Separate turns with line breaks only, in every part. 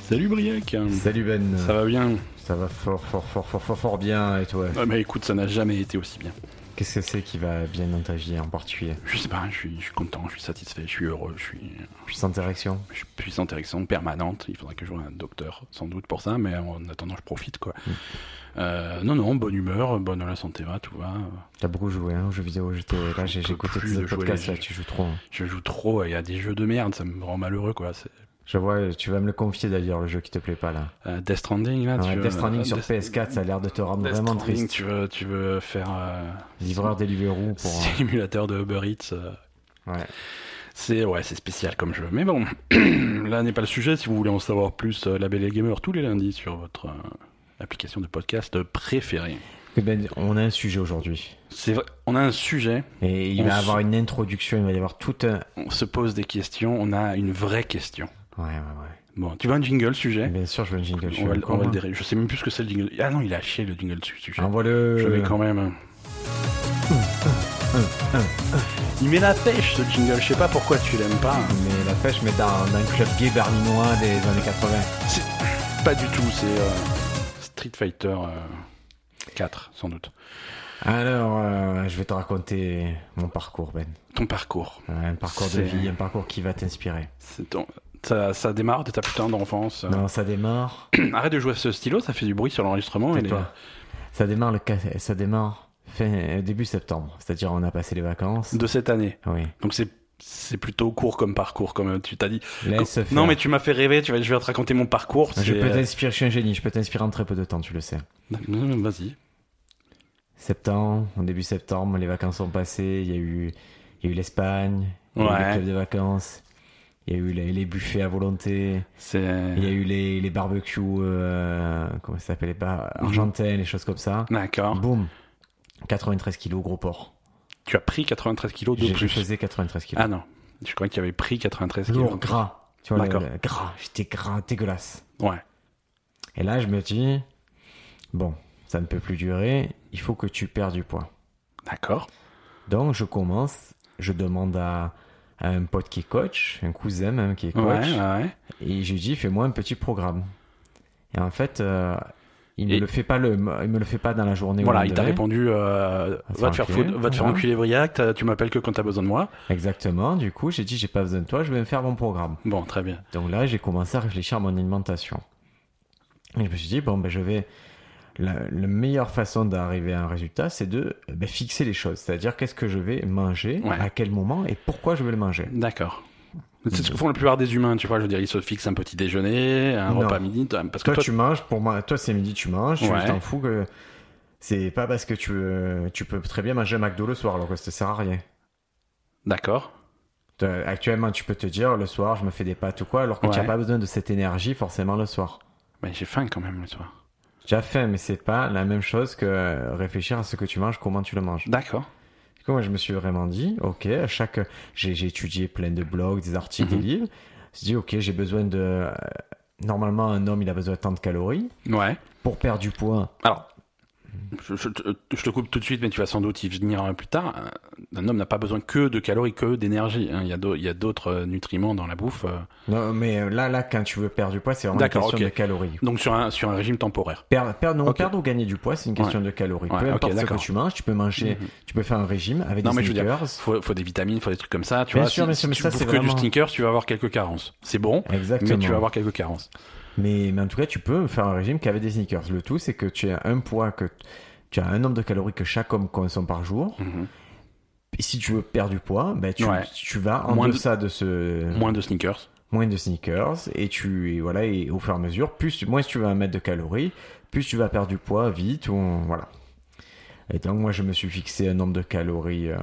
Salut Briac
Salut Ben
Ça va bien
Ça va fort, fort, fort, fort, fort, fort bien et toi
Ah bah écoute, ça n'a jamais été aussi bien.
Qu'est-ce que c'est qui va bien dans ta vie en particulier
Je sais pas, je suis, je suis content, je suis satisfait, je suis heureux, je suis,
Plus interaction
je suis puissante érection permanente. Il faudra que je joue un docteur sans doute pour ça, mais en attendant, je profite quoi.
Mm.
Euh, non, non, bonne humeur, bonne la santé va, tout va.
T'as beaucoup joué hein, aux jeux vidéo, j'étais là, j'ai
peux
j'ai écouté
Ah, plus
tes
de jouer
podcasts
les
là,
jeux.
tu joues trop. hein.
Je joue trop et il y a des jeux de merde, ça me rend malheureux quoi. C'est
Je vois, tu vas me le confier d'ailleurs, le jeu qui te plaît pas là.
euh, Death Stranding là,
Ouais,
tu veux-
Death Stranding
euh,
sur
Death-
PS4, ça a l'air de te rendre
Death
vraiment
Stranding,
triste.
Tu veux, tu veux faire euh,
Livreur Deliveroo pour. euh,
simulateur de Uber Eats euh,
Ouais.
C'est ouais, c'est spécial comme jeu. Mais bon, là n'est pas le sujet. Si vous voulez en savoir plus, euh, la Belle et le Gamer tous les lundis sur votre euh, application de podcast préférée.
Eh Ben, on a un sujet aujourd'hui.
C'est vrai, on a un sujet,
Et il
On
va y
s-
avoir une introduction, il va y avoir tout un.
on se pose des questions, on a une vraie question.
Ouais, ouais, ouais.
Bon, tu veux un jingle sujet
Bien sûr, je veux une jingle. je
On va,
suis
le- on va
con,
le
hein.
dérayer. Je sais même plus ce que c'est le jingle. Ah non, il a chier le jingle su- sujet.
Ah, Envoie-le.
Je vais quand même. hein. Il met la pêche ce jingle. Je sais pas pourquoi tu l'aimes pas.
Mais la pêche, mais dans, dans le club gay berlinois des années 80.
C'est pas du tout, c'est euh, Street Fighter euh, 4, sans doute.
Alors, euh, je vais te raconter mon parcours, Ben.
Ton parcours.
Un parcours de
C'est-
vie, un parcours qui va t'inspirer.
C'est ton- Ça, ça démarre de ta putain d'enfance.
Non, ça démarre.
Arrête de jouer à ce stylo, ça fait du bruit sur l'enregistrement. et les-
Tais-toi. Ça démarre le ca- ça démarre fin euh, début septembre. C'est-à-dire, on a passé les vacances.
De cette année.
Oui.
Donc c'est c'est plutôt court comme parcours, comme tu t'as dit.
Laisse faire.
Non, mais tu m'as fait rêver. Tu vas, je vais te raconter mon parcours.
je
c'est-
peux t'inspirer. Je suis un génie. Je peux t'inspirer en très peu de temps, tu le sais.
Mm, Vas-y.
Septembre, au début septembre, les vacances sont passées. Il y a eu, il y a eu l'Espagne, il y a eu
Ouais.
le club de vacances, il y a eu les, les buffets à volonté. Il y a
C'est
eu les, les barbecues, euh, comment ça s'appelle, les bar-
Mhm. Ah.
argentins, les choses comme ça.
d'accord.
Boum 93 kilos, gros porc.
Tu as pris 93 kilos de
J'ai- Je
plus.
faisais 93 kilos.
Ah non, je croyais que tu avais pris 93
Lourd,
kilos.
gras. Tu vois, le-
D'accord.
le gras, j'étais gras, dégueulasse.
Ouais.
Et là, je me dis, bon, ça ne peut plus durer, il faut que tu perds du poids.
D'accord.
Donc, je commence, je demande à, à un pote qui est coach, un cousin même qui est
Ouais,
coach,
ouais.
et je lui dis, fais-moi un petit programme. Et en fait, euh, il
Et-
me le fait pas le, il me le fait pas dans la journée. au
Voilà, il t'a
lendemain.
répondu euh,
te
va,
faire
te faire
enculer.
foutre- va te faire
Voilà.
enculer, Briac, t'as- tu m'appelles que quand t'as besoin de moi.
Exactement, du coup j'ai dit j'ai pas besoin de toi, je vais me faire mon programme.
Bon, très bien.
Donc là j'ai commencé à réfléchir à mon alimentation. Et je me suis dit, bon ben je vais... La, la meilleure façon d'arriver à un résultat c'est de euh, ben, fixer les choses, c'est-à-dire qu'est-ce que je vais manger,
Ouais.
à quel moment et pourquoi je vais le manger.
D'accord. C'est ce que font la plupart des humains, tu vois. Je veux dire, ils se fixent un petit déjeuner, un
Non.
repas midi, t- parce que
Toi,
toi,
tu manges, pour moi, toi c'est midi tu manges, tu-
Ouais.
je t'en fous que... C'est pas parce que tu, euh, tu peux très bien manger un McDo le soir alors que ça sert à rien.
D'accord.
Toi, Actuellement, tu peux te dire le soir, je me fais des pâtes ou quoi, alors que tu
Ouais.
n'as pas besoin de cette énergie forcément le soir.
Mais j'ai faim quand même le soir.
J'ai faim, mais c'est pas la même chose que euh, réfléchir à ce que tu manges, comment tu le manges.
D'accord.
Du coup, moi, je me suis vraiment dit, ok, à chaque, j'ai j'ai étudié plein de blogs, des articles,
Mhm.
des livres. Je me suis dit, ok, j'ai besoin de. euh, Normalement, un homme, il a besoin de tant de calories.
Ouais.
Pour perdre du poids,
Alors, je, je te- euh, je te coupe tout de suite, mais tu vas sans doute y venir euh, plus tard. Un un homme n'a pas besoin que de calories, que d'énergie. hein. Il y a d'au- il y a d'autres euh, nutriments dans la bouffe. euh.
non, mais là, là, quand tu veux perdre du poids, c'est vraiment une
D'accord,
question
ok.
de calories.
Donc sur un sur un régime temporaire.
Perdre, perdre, non,
Ok.
perdre ou gagner du poids, c'est une question de calories.
Ouais,
Peu
ok,
importe ce
d'accord.
que tu manges, tu peux manger,
Mhm.
tu peux faire un régime avec
Non,
des
mais je veux dire,
sneakers.
Faut, faut des vitamines, faut des trucs comme ça. Tu
Bien
vois,
sûr,
si,
bien
si
sûr, mais
tu
ça,
bouffes
c'est
que du
vraiment-
sneaker, tu vas avoir quelques carences. C'est bon,
Exactement.
mais tu vas avoir quelques carences.
Mais, mais en tout cas, tu peux faire un régime qu'avec des sneakers. Le tout, c'est que tu as un poids, que t- tu as un nombre de calories que chaque homme consomme par jour.
Mhm.
Et si tu veux perdre du poids, ben tu,
Ouais.
tu vas en
Moins de-
deçà de, ce moins.
Moins de sneakers.
de sneakers et tu et voilà et au fur et à mesure, plus tu- moins tu vas mettre de calories, plus tu vas perdre du poids vite ou voilà. Et donc moi, je me suis fixé un nombre de calories euh,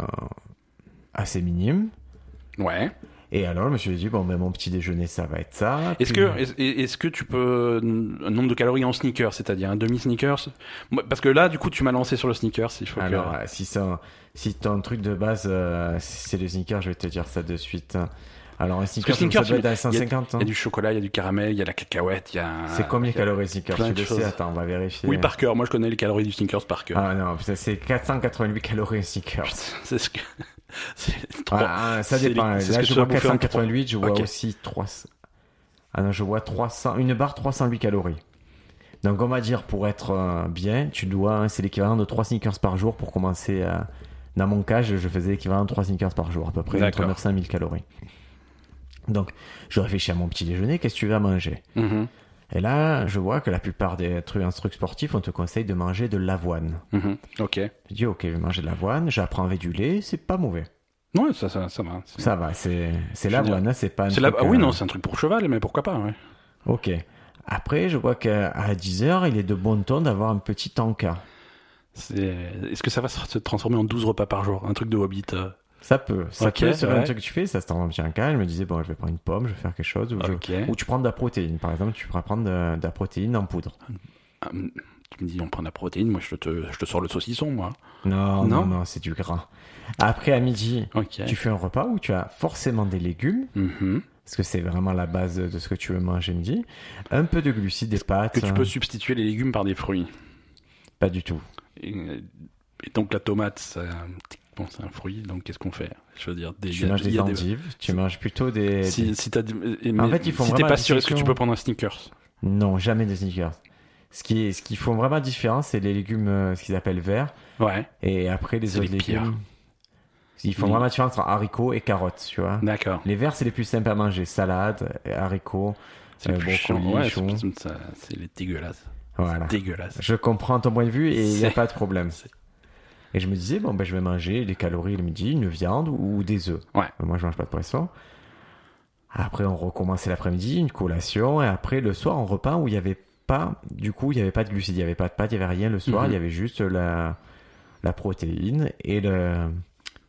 assez minime.
Ouais.
Et alors, je me suis dit bon, ben mon petit déjeuner, ça va être ça.
Est-ce
Puis-
que, est- est-ce que tu peux un nombre de calories en sneakers, c'est-à-dire un demi sneakers Moi, Parce que là, du coup, tu m'as lancé sur le sneakers. Il faut
Alors, euh, si, ça- si ton truc de base, euh, c'est le sneaker, je vais te dire ça de suite. hein. Alors, un sneaker,
que sneaker,
ça doit
il
être à
il
150.
que...
hein.
il y a du chocolat, il y a du caramel, il y a la cacahuète, il y a.
C'est combien de calories sneaker
plein
Tu
de
le
choses.
sais, attends, on va vérifier.
Oui, par cœur. Moi, je connais les calories du sneakers par cœur.
Ah non, putain, c'est 488 calories un sneaker.
C'est ce que. C'est trop.
Ah, ah, ça
C'est
dépend.
les- c'est ce
Là,
que
je
tu vas
vois
bouffer en trois.
488, je vois
Ok.
aussi 300. Ah non, je vois 300, une barre 308 calories. Donc on va dire pour être euh, bien, tu dois, c'est l'équivalent de 3 sneakers par jour pour commencer. à dans mon cas, je, je faisais l'équivalent de 3 sneakers par jour, à peu près entre
D'accord.
900 et 1000 calories. Donc je réfléchis à mon petit déjeuner, qu'est-ce que tu vas manger
Mhm,
Et là, je vois que la plupart des trucs, instructs sportifs, on te conseille de manger de l'avoine.
mhm. Ok.
Je dis ok, je vais manger de l'avoine, j'apprends avec du lait, c'est pas mauvais.
Non, ça, ça, ça va. C'est-
Ça va, c'est c'est
Je veux
l'avoine, hein, c'est pas. un
c'est la-
truc,
Ah oui,
euh,
non, c'est un truc pour cheval, mais pourquoi pas, ouais.
Ok. Après, je vois qu'à 10h, il est de bon ton d'avoir un petit tanka.
C'est- Est-ce que ça va se se transformer en 12 repas par jour Un truc de hobbit. euh.
Ça peut. Ça
Ok,
peut, c'est
ouais.
un truc que tu fais, ça se transforme en un cas. Je me disais, bon, je vais prendre une pomme, je vais faire quelque chose. Ou, je-
Ok.
ou tu prends de la protéine, par exemple, tu pourras prendre de, de la protéine en poudre.
Ah, hum, tu me dis, on prend de la protéine, moi je te, je te sors le saucisson, moi.
Non,
Non.
non, non, c'est du gras. Après, à midi,
Ok.
tu fais un repas où tu as forcément des légumes,
Mhm.
parce que c'est vraiment la base de ce que tu veux manger midi. Un peu de glucides, des pâtes.
Que tu
euh,
peux substituer les légumes par des fruits.
Pas du tout.
Et, et donc la tomate, ça- bon, c'est un fruit, donc qu'est-ce qu'on fait Je veux dire, des,
Tu manges
il
des
y a
endives, tu manges plutôt des.
Si,
des-
si t'as,
En fait, il faut
si t'es
vraiment
pas
la
sûr, est-ce que tu
distinction.
peux prendre un sneakers
Non, jamais des sneakers. Ce qui, est- ce qui font vraiment différence, c'est les légumes, euh, ce qu'ils appellent verts.
Ouais,
Et après, les
C'est
autres
les pires.
légumes. Ils font
Oui.
vraiment la différence entre haricots et carottes, tu vois.
d'accord.
Les verts, c'est les plus simples à manger. Salade, euh, haricots,
C'est le
Euh,
plus chiant.
brocoli,
Ouais,
chou.
c'est, c'est- ça- c'est les dégueulasses.
voilà.
Dégueulasse.
Je comprends ton point de vue et il n'y a
C'est-
pas de problème.
c'est-
Et je me disais, bon, ben, je vais manger des calories le midi, une viande ou des œufs.
Ouais.
Euh, Moi, je mange pas de poisson. Après, on recommençait l'après-midi, une collation. Et après, le soir, on repas où il n'y avait pas, du coup, il n'y avait pas de glucides, il n'y avait pas de pâtes, il n'y avait rien le soir. Il
Mhm.
y avait juste la, la protéine et, le,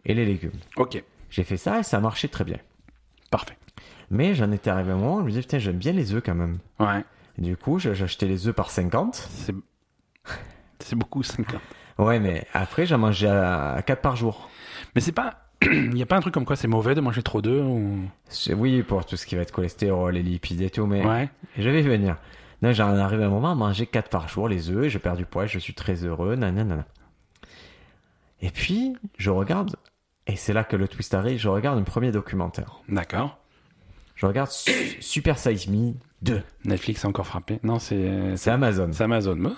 et les légumes.
Ok,
J'ai fait ça et ça marchait très bien.
parfait.
Mais j'en étais arrivé à un moment où je me disais, putain, j'aime bien les œufs quand même.
Ouais,
Du coup, je- j'achetais les œufs par 50.
c'est, c'est beaucoup 50.
Ouais, mais après, j'en mangeais à 4 par jour.
Mais c'est pas, il n'y a pas un truc comme quoi c'est mauvais de manger trop d'œufs ou...
C'est- Oui, pour tout ce qui va être cholestérol, les lipides et tout, mais
Ouais,
je vais y venir. Non, j'en arrive à un moment à manger 4 par jour, les œufs, je perds du poids, je suis très heureux, nanana. Et puis, je regarde, et c'est là que le twist arrive, je regarde un premier documentaire.
d'accord.
Je regarde Su- Super Size Me 2.
Netflix a encore frappé. Non, c'est,
C'est Amazon.
c'est Amazon. Bon,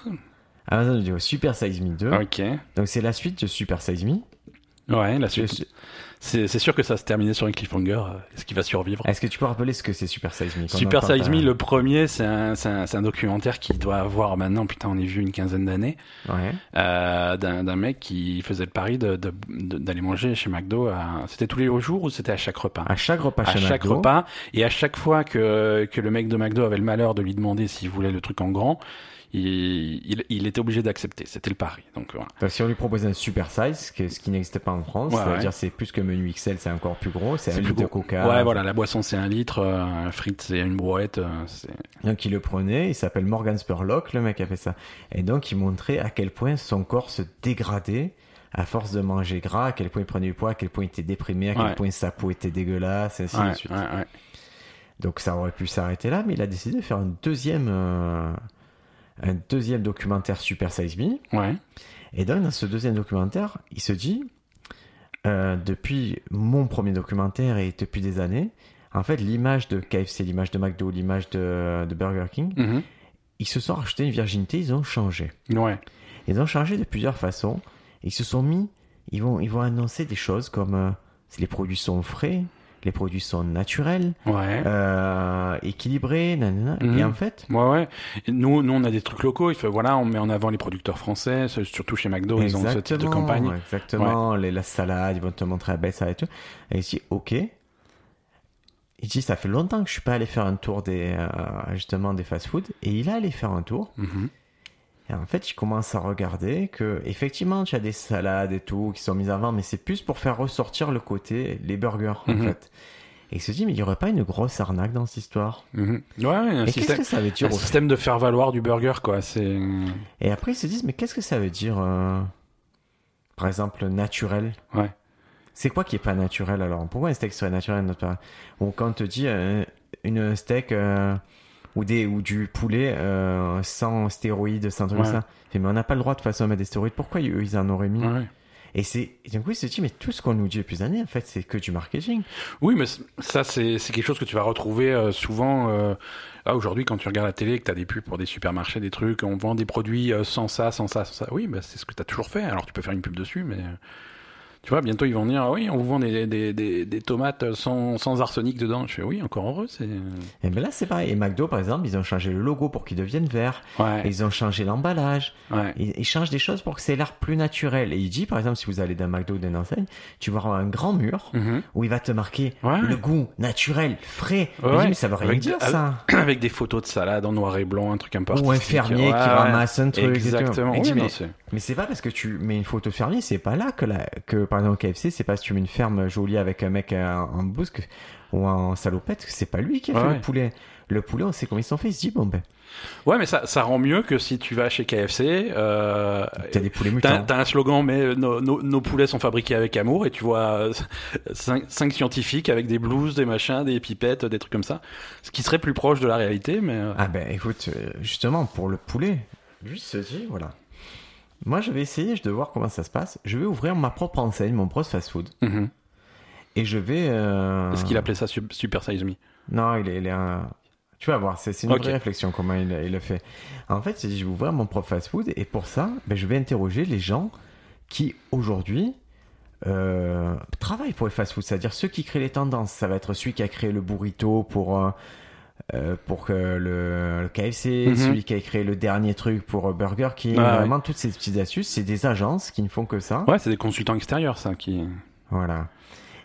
Amazon vidéo Super Size Me 2.
Ok.
Donc c'est la suite de Super Size Me.
Ouais, la
Je-
suite. C'est, c'est sûr que ça se terminait sur un cliffhanger. euh, Est-ce qu'il va survivre
Est-ce que tu peux rappeler ce que c'est Super Size Me qu'on
Super
entend
Size
à-
Me, le premier, c'est un, c'est un- c'est un documentaire qui doit avoir maintenant, putain, on est vu une quinzaine d'années,
Ouais.
euh, d'un d'un mec qui faisait le pari de- de- de- d'aller manger chez McDo. à- C'était tous les jours ou c'était à chaque repas
À chaque repas
À
chez
chaque
McDo,
repas. Et à chaque fois que, que le mec de McDo avait le malheur de lui demander s'il voulait le truc en grand, il, il, il était obligé d'accepter. C'était le pari. Donc voilà.
Donc, si on lui proposait un super size, ce que- ce qui n'existait pas en France,
Ouais,
c'est-à-dire
ouais.
c'est plus que menu XL, c'est encore plus gros, c'est un
C'est plus
litre de
gros.
coca.
ouais, voilà, la boisson c'est un litre, euh, frites c'est une brouette. euh, c'est-
Donc il le prenait, il s'appelle Morgan Spurlock, le mec qui a fait ça. Et donc il montrait à quel point son corps se dégradait à force de manger gras, à quel point il prenait du poids, à quel point il était déprimé, à quel
Ouais.
point sa peau était dégueulasse, et ainsi
Ouais,
de suite.
ouais, ouais.
Donc ça aurait pu s'arrêter là, mais il a décidé de faire un deuxième, euh, un deuxième documentaire Super Size Me.
Ouais.
Et donc, dans ce deuxième documentaire, il se dit, euh, depuis mon premier documentaire et depuis des années, en fait, l'image de KFC, l'image de McDo, l'image de, de Burger King,
Mhm.
ils se sont rachetés une virginité, ils ont changé.
Ouais.
Ils ont changé de plusieurs façons. Ils se sont mis, ils vont, ils vont annoncer des choses comme euh, les produits sont frais, les produits sont naturels,
Ouais.
euh, équilibrés, nanana.
Mhm.
Et en fait,
Ouais, ouais. Et Nous, nous, on a des trucs locaux. Il fait, voilà, on met en avant les producteurs français, ce- surtout chez McDo, ils ont ce type de campagne.
Exactement, les- la salade, ils vont te montrer la belle salade et tout. Et il dit, ok. Il dit, ça fait longtemps que je suis pas allé faire un tour des, euh, justement, des fast-food. Et il est allé faire un tour.
Mhm.
Et en fait, il commence à regarder que, effectivement, tu as des salades et tout qui sont mises avant, mais c'est plus pour faire ressortir le côté, les burgers, en
Mhm.
fait. Et il se dit, mais il y aurait pas une grosse arnaque dans cette histoire.
Mhm. Ouais, ouais, un
Et qu'est-ce
système,
que Mm. ça veut
un
dire au
système de faire valoir du burger, quoi. C'est.
Et après, ils se disent, mais qu'est-ce que ça veut dire, euh, par exemple, naturel
Ouais.
C'est quoi qui est pas naturel alors Pourquoi un steak serait naturel et notre pas Ou quand on te dit euh, une un steak euh, ou, des, ou du poulet euh, sans stéroïdes, sans truc comme
Ouais.
ça. Fait, mais on n'a pas le droit de toute façon à mettre des stéroïdes. Pourquoi eux, ils en auraient mis
Ouais.
Et c'est et d'un coup, il se dit, mais tout ce qu'on nous dit depuis des années, en fait, c'est que du marketing.
Oui, mais c- ça, c'est c'est quelque chose que tu vas retrouver euh, souvent. euh, là, aujourd'hui, quand tu regardes la télé, que tu as des pubs pour des supermarchés, des trucs, on vend des produits euh, sans ça, sans ça, sans ça. Oui, bah, c'est ce que tu as toujours fait. Alors, tu peux faire une pub dessus, mais. euh, Tu vois, bientôt ils vont dire, ah oui, on vous vend des, des, des, des tomates sans, sans arsenic dedans. Je fais, oui, encore heureux, c'est.
Et bien là, c'est pareil. Et McDo, par exemple, ils ont changé le logo pour qu'il devienne vert.
Ouais,
Ils ont changé l'emballage.
ouais.
Ils, ils changent des choses pour que c'est l'air plus naturel. Et il dit, par exemple, si vous allez d'un McDo ou d'une enseigne, tu vas avoir un grand mur
Mhm.
où il va te marquer
Ouais.
le goût naturel, frais.
Ouais,
Mais il dit,
ouais.
mais ça veut rien
Avec-
dire, ça.
Avec des photos de salade en noir et blanc, un truc un peu
Ou un
artistique.
fermier
Ouais,
qui
ouais.
ramasse un truc. et tout.
Exactement.
Il
Oui,
dit,
non,
mais
c'est-
Mais c'est pas parce que tu mets une photo fermier, c'est pas là que, la, que par exemple au KFC, c'est pas si tu mets une ferme jolie avec un mec en, en blouse que- ou en salopette, que c'est pas lui qui a fait
Ouais.
le poulet. Le poulet, on sait comment ils sont fait, il se dit bon ben,
Ouais, mais ça, ça rend mieux que si tu vas chez KFC. Euh,
t'as des poulets
T'as,
mutants.
t'as un slogan, mais euh, nos, nos- nos poulets sont fabriqués avec amour, et tu vois euh, cinq, cinq scientifiques avec des blouses, des machins, des pipettes, des trucs comme ça. Ce qui serait plus proche de la réalité, mais euh,
Ah ben écoute, euh, justement pour le poulet, lui se dit voilà. Moi je vais essayer, je vais voir comment ça se passe. Je vais ouvrir ma propre enseigne, mon propre fast-food,
mhm.
et je vais. euh,
est-ce qu'il appelait ça sub- Super Size Me
Non, il est, il est un- Tu vas voir, c'est c'est une
Ok.
vraie réflexion comment il, il le fait. En fait, c'est dit, je vais ouvrir mon propre fast-food et pour ça, ben, je vais interroger les gens qui, aujourd'hui, euh, travaillent pour les fast-food. C'est-à-dire ceux qui créent les tendances. Ça va être celui qui a créé le burrito pour, euh, euh, pour que le, le KFC,
Mhm.
celui qui a créé le dernier truc pour euh, Burger King.
Ouais, ouais.
vraiment, toutes ces petites astuces, c'est des agences qui ne font que ça.
Ouais, c'est des consultants extérieurs, ça. Qui...
Voilà.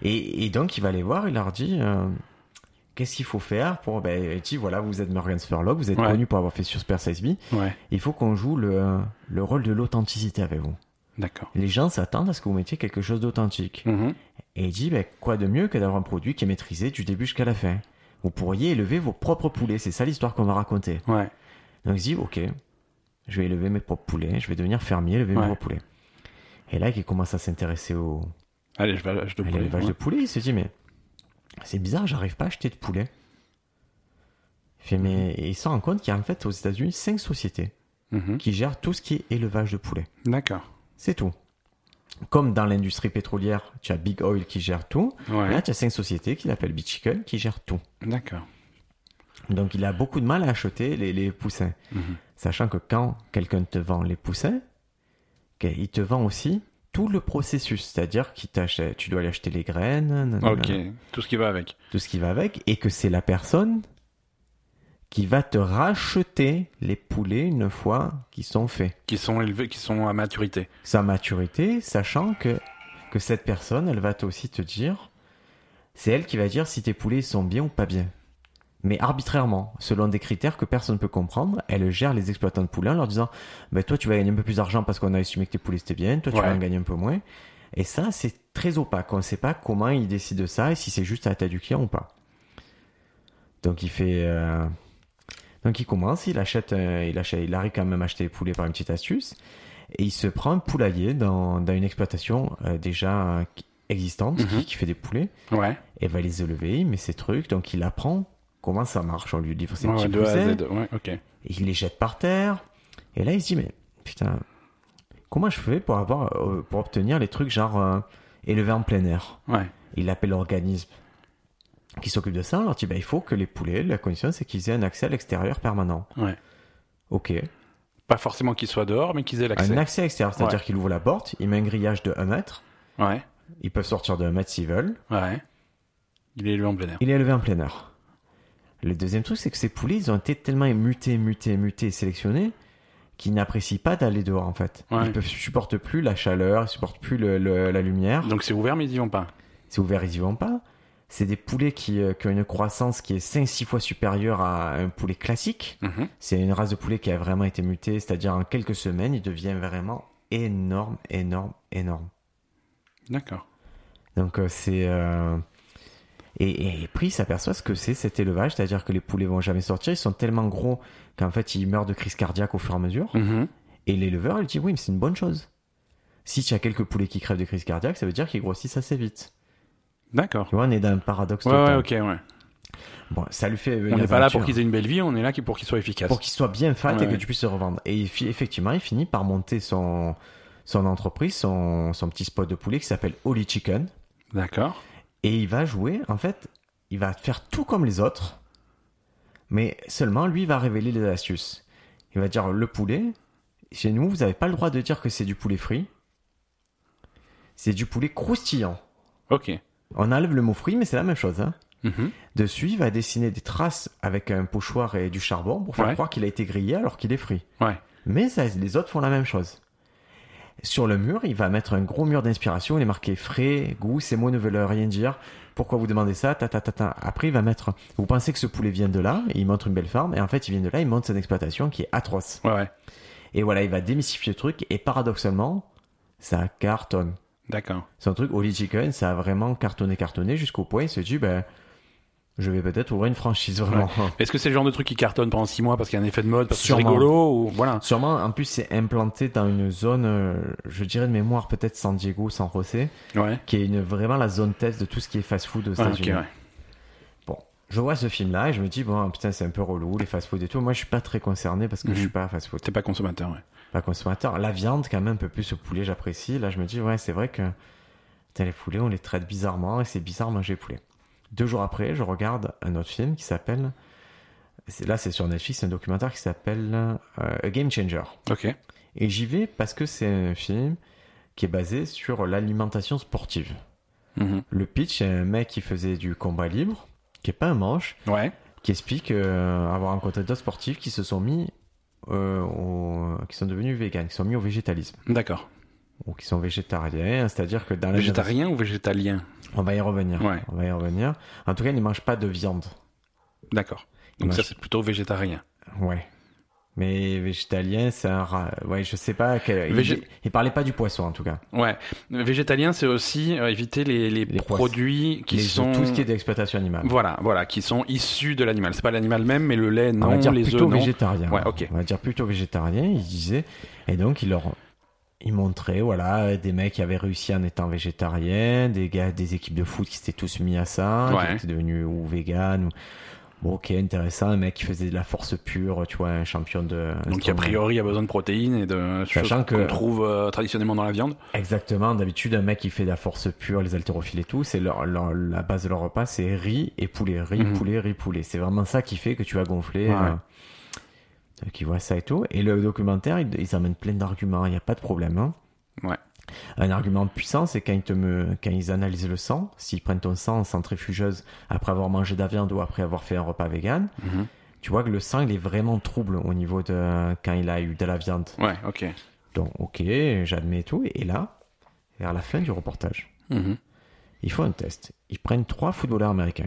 Et, et donc, il va les voir, il leur dit euh, qu'est-ce qu'il faut faire pour. Ben, il dit voilà, vous êtes Morgan Spurlock, vous êtes
Ouais.
connu pour avoir fait sur Super Size Me.
Ouais,
Il faut qu'on joue le, le rôle de l'authenticité avec vous.
d'accord.
Les gens s'attendent à ce que vous mettiez quelque chose d'authentique.
Mhm.
Et il dit ben, quoi de mieux que d'avoir un produit qui est maîtrisé du début jusqu'à la fin Vous pourriez élever vos propres poulets, c'est ça l'histoire qu'on va raconter.
Ouais,
Donc il se dit, ok, je vais élever mes propres poulets, je vais devenir fermier, élever
Ouais.
mes propres poulets. Et là, il commence à s'intéresser au,
allez, je vais je te
à
poulet,
l'élevage
ouais.
de poulet, il se dit mais c'est bizarre, j'arrive pas à acheter de poulet. Il fait mais et il se rend compte qu'il y a en fait aux États-Unis cinq sociétés
Mhm.
qui gèrent tout ce qui est élevage de poulet.
D'accord.
C'est tout. Comme dans l'industrie pétrolière, tu as Big Oil qui gère tout.
Ouais,
Là, tu as cinq sociétés qui l'appellent Big Chicken qui gèrent tout.
d'accord.
Donc, il a beaucoup de mal à acheter les, les poussins.
Mhm.
Sachant que quand quelqu'un te vend les poussins, que- il te vend aussi tout le processus. C'est-à-dire qu'il t'achète, tu dois aller acheter les graines. nanana.
Ok, tout ce qui va avec.
tout ce qui va avec, et que c'est la personne qui va te racheter les poulets une fois qu'ils sont faits.
Qui sont élevés, qui sont à maturité.
Sa maturité, sachant que, que cette personne, elle va t- aussi te dire, c'est elle qui va dire si tes poulets sont bien ou pas bien. Mais arbitrairement, selon des critères que personne ne peut comprendre, elle gère les exploitants de poulets en leur disant, bah, toi tu vas gagner un peu plus d'argent parce qu'on a estimé que tes poulets c'était bien, toi tu
Ouais.
vas en gagner un peu moins. Et ça, c'est très opaque. On ne sait pas comment ils décident de ça et si c'est juste à la taille du client ou pas. Donc il fait. euh, Donc il commence, il achète, euh, il achète, il arrive quand même à acheter les poulets par une petite astuce et il se prend un poulailler dans, dans une exploitation euh, déjà euh, qui- existante
Mhm.
qui, qui fait des poulets
Ouais,
et va les élever, il met ses trucs, donc il apprend comment ça marche. On lui livre ses
Ouais,
petits
ouais, de A à
poussets,
Z. Ouais, ok.
il les jette par terre et là il se dit mais putain comment je fais pour avoir euh, pour obtenir les trucs genre euh, élevés en plein air.
Ouais,
Il appelle l'organisme qui s'occupe de ça. On leur dit bah, il faut que les poulets, la condition, c'est qu'ils aient un accès à l'extérieur permanent.
ouais.
Ok.
Pas forcément qu'ils soient dehors, mais qu'ils aient l'accès.
Un accès à l'extérieur, c'est-à-dire qu'il ouvre la porte, il met un grillage de 1 mètre.
Ouais,
Ils peuvent sortir de 1 mètre s'ils veulent.
ouais. Il est élevé en plein air.
Il est élevé en plein air. Le deuxième truc, c'est que ces poulets, ils ont été tellement mutés, mutés, mutés, sélectionnés, qu'ils n'apprécient pas d'aller dehors, en fait.
Ouais.
Ils ne supportent plus la chaleur, ils supportent plus le- le- la lumière.
Donc c'est ouvert, mais ils y vont pas.
C'est ouvert, ils y vont pas. C'est des poulets qui, euh, qui ont une croissance qui est 5-6 fois supérieure à un poulet classique.
Mhm.
C'est une race de poulet qui a vraiment été mutée, c'est-à-dire en quelques semaines, il devient vraiment énorme, énorme, énorme.
D'accord.
Donc euh, c'est... euh, Et, et puis il s'aperçoit ce que c'est cet élevage, c'est-à-dire que les poulets vont jamais sortir, ils sont tellement gros qu'en fait ils meurent de crise cardiaque au fur et à mesure.
Mhm.
Et l'éleveur il dit oui mais c'est une bonne chose. Si tu as quelques poulets qui crèvent de crise cardiaque, ça veut dire qu'ils grossissent assez vite.
D'accord.
Tu vois, on est dans un paradoxe
Ouais,
total.
ouais, ok, ouais.
Bon, ça lui fait... une
On n'est pas là
aventure.
pour qu'ils aient une belle vie, on est là pour qu'ils soient efficaces.
pour qu'il soit bien fat
Ouais,
et que
ouais.
tu puisses se revendre. Et il fi- effectivement, il finit par monter son, son entreprise, son, son petit spot de poulet qui s'appelle Holy Chicken.
D'accord.
Et il va jouer, en fait, il va faire tout comme les autres, mais seulement lui va révéler les astuces. Il va dire le poulet, chez nous, vous n'avez pas le droit de dire que c'est du poulet frit. C'est du poulet croustillant.
Ok.
On enlève le mot frit, mais c'est la même chose. Hein.
Mhm.
Dessus, il va dessiner des traces avec un pochoir et du charbon pour faire
Ouais.
croire qu'il a été grillé alors qu'il est frit.
Ouais.
Mais ça, les autres font la même chose. Sur le mur, il va mettre un gros mur d'inspiration, il est marqué frais, goût, ces mots ne veulent rien dire. Pourquoi vous demandez ça ta, ta, ta, ta. Après, il va mettre Vous pensez que ce poulet vient de là et Il montre une belle farme, et en fait, il vient de là, il montre son exploitation qui est atroce.
Ouais, ouais.
Et voilà, il va démystifier le truc, et paradoxalement, ça cartonne.
D'accord.
C'est un truc, Holy Chicken, ça a vraiment cartonné, cartonné, jusqu'au point, il se dit Ben, je vais peut-être ouvrir une franchise vraiment.
Est-ce que c'est le genre de truc qui cartonne pendant 6 mois parce qu'il y a un effet de mode, parce que c'est
Sûrement.
rigolo ou voilà.
Sûrement, en plus, c'est implanté dans une zone, euh, je dirais de mémoire, peut-être San Diego, San José,
Ouais.
qui est une, vraiment la zone test de tout ce qui est fast-food aux
Ouais,
États-Unis.
ok, ouais.
Bon, je vois ce film-là et je me dis, bon, putain, c'est un peu relou, les fast-food et tout. Moi, je suis pas très concerné parce que
Mhm.
je suis pas fast-food,
T'es pas consommateur, ouais.
pas consommateur. La viande, quand même, un peu plus, le poulet, j'apprécie. Là, je me dis, ouais, c'est vrai que putain, les poulets, on les traite bizarrement et c'est bizarre manger poulet. Deux jours après, je regarde un autre film qui s'appelle. c'est- Là, c'est sur Netflix, c'est un documentaire qui s'appelle euh, A Game Changer.
Ok.
Et j'y vais parce que c'est un film qui est basé sur l'alimentation sportive.
Mhm.
Le pitch, c'est un mec qui faisait du combat libre, qui est pas un manche,
Ouais.
qui explique euh, avoir rencontré d'autres sportifs qui se sont mis euh, au- qui sont devenus véganes, qui sont mis au végétalisme
D'accord.
ou qui sont végétariens, c'est-à-dire que dans la
Végétarien ou végétalien
on va y revenir,
Ouais.
on va y revenir. En tout cas, ils ne mangent pas de viande.
D'accord. Donc
Moi,
ça,
je-
c'est plutôt végétarien.
Ouais. Mais végétalien, c'est un ra- ouais, je sais pas quel...
Végé-
il, il parlait pas du poisson en tout cas.
Ouais. Végétalien, c'est aussi euh, éviter les, les
Les poissons.
produits qui
Les-
sont.
tout ce qui est d'exploitation animale.
Voilà, voilà, qui sont issus de l'animal. C'est pas l'animal même, mais le lait,
on
non,
va dire
les œufs,
plutôt
non.
végétarien.
Ouais, ok.
On va dire plutôt végétarien, il disait. Et donc, il leur il montrait voilà, des mecs qui avaient réussi en étant végétariens, des gars, des équipes de foot qui s'étaient tous mis à ça,
Ouais.
qui étaient devenus ou vegan. Ou... Bon, ok, intéressant. Un mec qui faisait de la force pure, tu vois, un champion de.
Donc, a priori, il y a besoin de protéines et de choses
Sachant que-
qu'on trouve euh, traditionnellement dans la viande.
Exactement. D'habitude, un mec qui fait de la force pure, les haltérophiles et tout, c'est leur, leur- la base de leur repas, c'est riz et poulet, riz,
Mhm.
poulet, riz, poulet. C'est vraiment ça qui fait que tu vas gonfler.
Ouais.
euh, qui voit ça et tout. Et le documentaire, ils, ils amènent plein d'arguments. Il n'y a pas de problème. hein.
Ouais.
Un argument puissant, c'est quand ils te me, quand ils analysent le sang, s'ils prennent ton sang en centrifugeuse après avoir mangé de la viande ou après avoir fait un repas vegan,
Mhm.
tu vois que le sang il est vraiment trouble au niveau de quand il a eu de la viande.
Ouais, ok.
Donc, ok, j'admets tout. Et là, vers la fin du reportage,
Mhm.
ils font un test. Ils prennent trois footballeurs américains.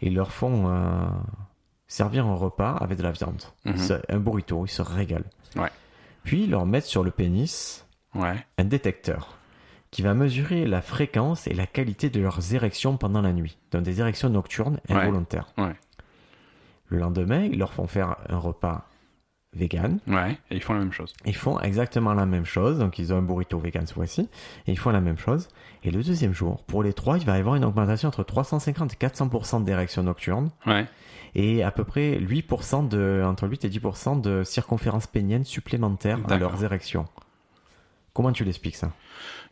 Et ils leur font euh, servir un repas avec de la viande.
Mhm.
C'est Un burrito, ils se régalent.
Ouais.
Puis ils leur mettent sur le pénis
Ouais.
un détecteur qui va mesurer la fréquence et la qualité de leurs érections pendant la nuit, dans des érections nocturnes
Ouais.
involontaires.
Ouais.
Le lendemain, ils leur font faire un repas vegan,
Ouais. Et ils font la même chose.
ils font exactement la même chose, donc ils ont un burrito vegan ce mois-ci, et ils font la même chose. Et le deuxième jour, pour les trois, il va y avoir une augmentation entre 350 et 400% d'érection nocturne,
Ouais.
et à peu près 8% de, entre 8 et 10% de circonférence pénienne supplémentaire à
D'accord.
leurs érections. Comment tu l'expliques ça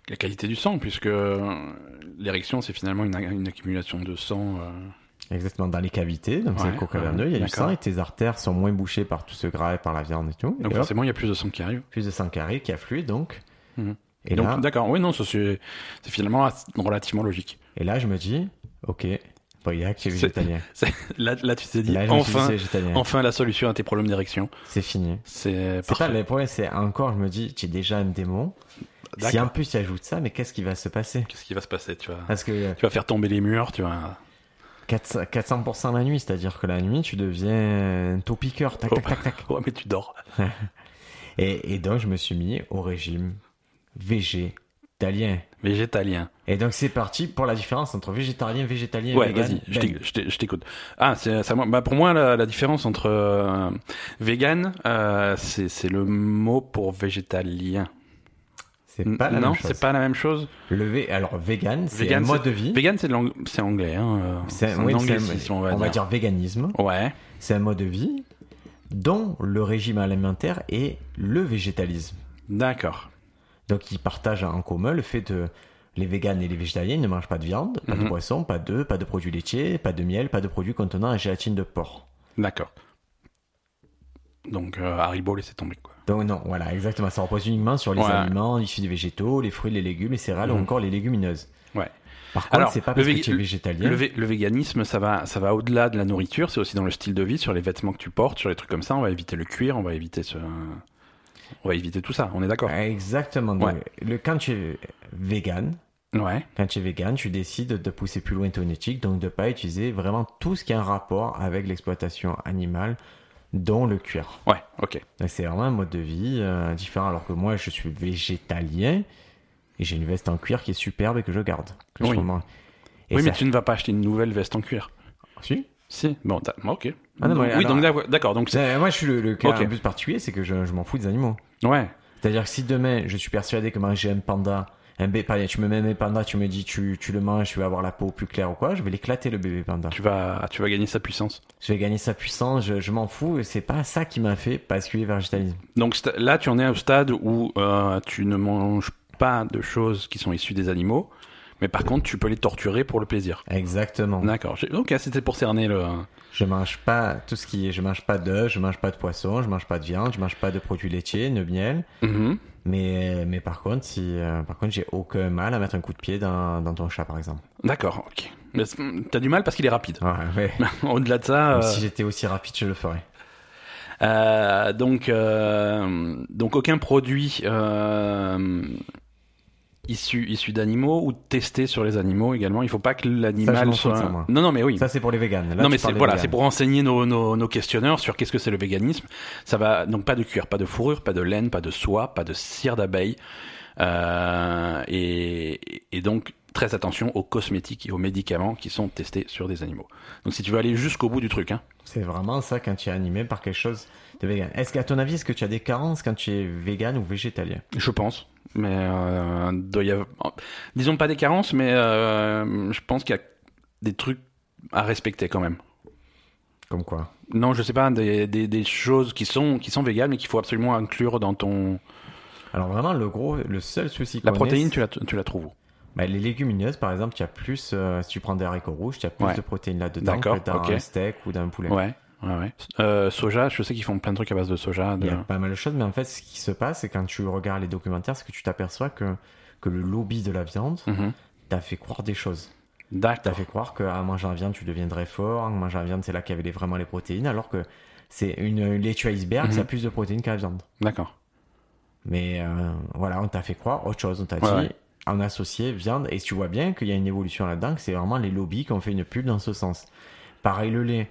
La qualité du sang, puisque euh, l'érection, c'est finalement une, une accumulation de sang. euh,
Exactement, dans les cavités, donc c'est
Ouais,
le coca
ouais,
22, il y a du
d'accord.
sang et tes artères sont moins bouchées par tout ce gras et par la viande et tout.
Donc
et hop,
forcément, il y a plus de sang qui arrive.
plus de sang carré qui afflue donc.
Mhm.
Et,
Donc
là,
d'accord, oui, non, ça, c'est c'est finalement assez- relativement logique.
et là, je me dis, ok, Briac, c'est
C'est-
végétalien.
Là, là tu t'es dit,
Là, je me suis dit,
enfin,
c'est végétalien.
enfin la solution à tes problèmes d'érection.
C'est fini.
C'est
C'est pas
parfait.
le problème, c'est encore, je me dis, j'ai déjà un démon. Si
D'accord.
en plus tu ajoutes ça, mais qu'est-ce qui va se passer
Qu'est-ce qui va se passer, tu vois
Parce que
Tu vas faire tomber les murs, tu vas...
400%, 400% la nuit, c'est-à-dire que la nuit, tu deviens un taux piqueur, tac,
Oh.
tac, tac, tac.
Oh, mais tu dors.
Et, et donc, je me suis mis au régime végétalien.
Végétalien.
Et donc, c'est parti pour la différence entre végétarien, végétalien et
Ouais,
vegan.
vas-y, je
Ben,
t'éc- je t'éc- je t'écoute. Ah, c'est ça, moi- bah, pour moi, la, la différence entre euh, vegan, euh, c'est c'est le mot pour végétalien.
c'est pas la
non,
même chose.
c'est pas la même chose.
Le vé- Alors, vegan, c'est un
Vegan,
mode de vie.
Vegan, c'est de l'ang- c'est anglais. hein, euh,
C'est
c'est un
oui, c'est
anglicisme,
un-
on va
on
dire.
va dire véganisme.
Ouais,
C'est un mode de vie dont le régime alimentaire est le végétalisme.
d'accord.
Donc ils partagent en commun le fait de les véganes et les végétariens ne mangent pas de viande, pas de
Mhm.
poisson, pas d'œufs, pas de produits laitiers, pas de miel, pas de produits contenant la gélatine de porc.
D'accord. Donc euh, Haribo, laissez tomber quoi.
Donc non, voilà, exactement. Ça repose uniquement sur les
Ouais.
aliments issus des végétaux, les fruits, les légumes, les céréales ou
Mhm.
encore les légumineuses.
Ouais.
Par contre,
Alors,
c'est pas
le
parce que
véga-
tu es végétalien.
Le, vé- le véganisme, ça va, ça va au-delà de la nourriture, c'est aussi dans le style de vie, sur les vêtements que tu portes, sur les trucs comme ça. On va éviter le cuir, on va éviter ce, on va éviter tout ça. On est d'accord.
Exactement. Donc, le, quand tu es vegan,
Ouais.
quand tu es vegan, tu décides de pousser plus loin ton éthique, donc de pas utiliser vraiment tout ce qui a un rapport avec l'exploitation animale, dont le cuir.
Ouais. Ok.
Donc, C'est vraiment un mode de vie euh, différent. Alors que moi, je suis végétalien et j'ai une veste en cuir qui est superbe et que je garde. Que je
Oui.
revends. Et
oui,
ça-
mais tu ne vas pas acheter une nouvelle veste en cuir.
Si
Si. Bon, t'as- ok.
Ah non,
Donc-
mais
oui,
alors-
donc d'accord- d'accord. Donc c'est-
Euh, Moi, je suis le, le cas
Ok.
un peu particulier, c'est que je, je m'en fous des animaux.
ouais.
C'est-à-dire que si demain, je suis persuadé que manger un panda, un bébé panda, tu me mets un panda, tu me dis tu, tu le manges, tu vas avoir la peau plus claire ou quoi, je vais l'éclater le bébé panda.
Tu vas, tu vas gagner sa puissance.
Je vais gagner sa puissance, je, je m'en fous, et c'est pas ça qui m'a fait basculer vers le végétalisme.
Donc sta- là, tu en es au stade où euh, tu ne manges pas de choses qui sont issues des animaux, mais par contre, tu peux les torturer pour le plaisir.
Exactement.
D'accord. J'ai- Donc ah, c'était pour cerner le.
Je mange pas tout ce qui est, je mange pas d'œufs, je mange pas de poisson, je mange pas de viande, je mange pas de produits laitiers, de miel.
Mhm.
Mais, mais par contre, si, euh, par contre, j'ai aucun mal à mettre un coup de pied dans, dans ton chat, par exemple.
D'accord. Ok. Mais c'est- T'as du mal parce qu'il est rapide.
Ouais, ouais.
Au-delà de ça, Ah, euh,
Si j'étais aussi rapide, je le ferais.
euh, donc euh, donc aucun produit euh, issu issu d'animaux ou testé sur les animaux également. Il faut pas que
Ça, je
l'animal
m'en fous de
soit.
ça, moi.
non non mais oui.
Ça, c'est pour les véganes. Là,
non
tu
mais
parles
c'est
des
voilà
véganes.
c'est pour enseigner nos, nos, nos questionneurs sur qu'est-ce que c'est le véganisme. Ça va donc pas de cuir, pas de fourrure, pas de laine, pas de soie, pas de cire d'abeille Euh, et, et donc très attention aux cosmétiques et aux médicaments qui sont testés sur des animaux. Donc si tu veux aller jusqu'au bout du truc, hein.
C'est vraiment ça quand tu es animé par quelque chose de vegan. Est-ce qu'à ton avis, est-ce que tu as des carences quand tu es vegan ou végétalien
Je pense. Mais euh, doit y avoir- disons pas des carences, mais euh, je pense qu'il y a des trucs à respecter quand même.
Comme quoi
Non, je sais pas, des, des, des choses qui sont, qui sont véganes, mais qu'il faut absolument inclure dans ton.
Alors vraiment, le gros, le seul souci
La
qu'on
protéine,
ait,
tu la, tu la trouves où
c'est- bah, les légumineuses, par exemple, tu as plus, euh, si tu prends des haricots rouges, tu as plus
Ouais.
de protéines là-dedans
D'accord,
que dans
ok.
un steak ou dans un poulet.
Ouais, ouais, ouais. Euh, soja, je sais qu'ils font plein de trucs à base de soja. de-
Il y a pas mal de choses, mais en fait, ce qui se passe, c'est quand tu regardes les documentaires, c'est que tu t'aperçois que, que le lobby de la viande
Mhm.
t'a fait croire des choses. T'as
D'accord.
fait croire qu'à manger la viande, tu deviendrais fort, en mangeant la viande, c'est là qu'il y avait les- vraiment les protéines, alors que c'est une, une laitue iceberg,
Mhm.
ça a plus de protéines qu'à la viande.
D'accord.
Mais euh, voilà, on t'a fait croire autre chose, on t'a
Ouais,
dit
ouais.
en associé viande, et tu vois bien qu'il y a une évolution là-dedans, que c'est vraiment les lobbies qui ont fait une pub dans ce sens. Pareil, le lait.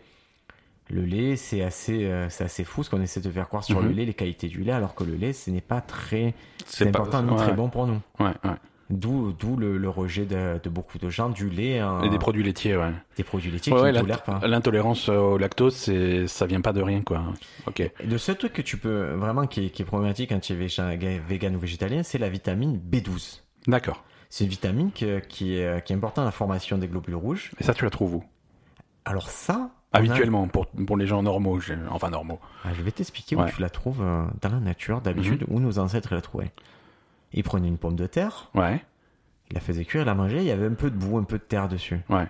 Le lait, c'est assez, euh, c'est assez fou ce qu'on essaie de faire croire sur
Mhm.
le lait, les qualités du lait, alors que le lait, ce n'est pas très c'est
pas-
important, ni
ouais,
très bon pour nous.
Ouais, ouais.
D'où d'où le, le rejet de, de beaucoup de gens du lait, hein,
Et des produits laitiers, ouais.
des produits laitiers
Ouais,
qui
ouais,
ne
la-
tolèrent pas.
L'intolérance au lactose, c'est, ça vient pas de rien, quoi. Ok.
Le seul truc que tu peux vraiment qui est, qui est problématique quand tu es végé- vegan ou végétalien, c'est la vitamine B12.
D'accord.
C'est une vitamine que- qui, est, euh, qui est importante à la formation des globules rouges.
Et ça, tu la trouves où
Alors ça, on a-
Habituellement, pour, pour les gens normaux, j'ai- enfin normaux.
Ah, je vais t'expliquer où
Ouais. Mhm.
tu la trouves euh, dans la nature d'habitude, où nos ancêtres la trouvaient. Ils prenaient une pomme de terre,
Ouais,
ils la faisaient cuire, ils la mangeaient, il y avait un peu de boue, un peu de terre dessus.
ouais,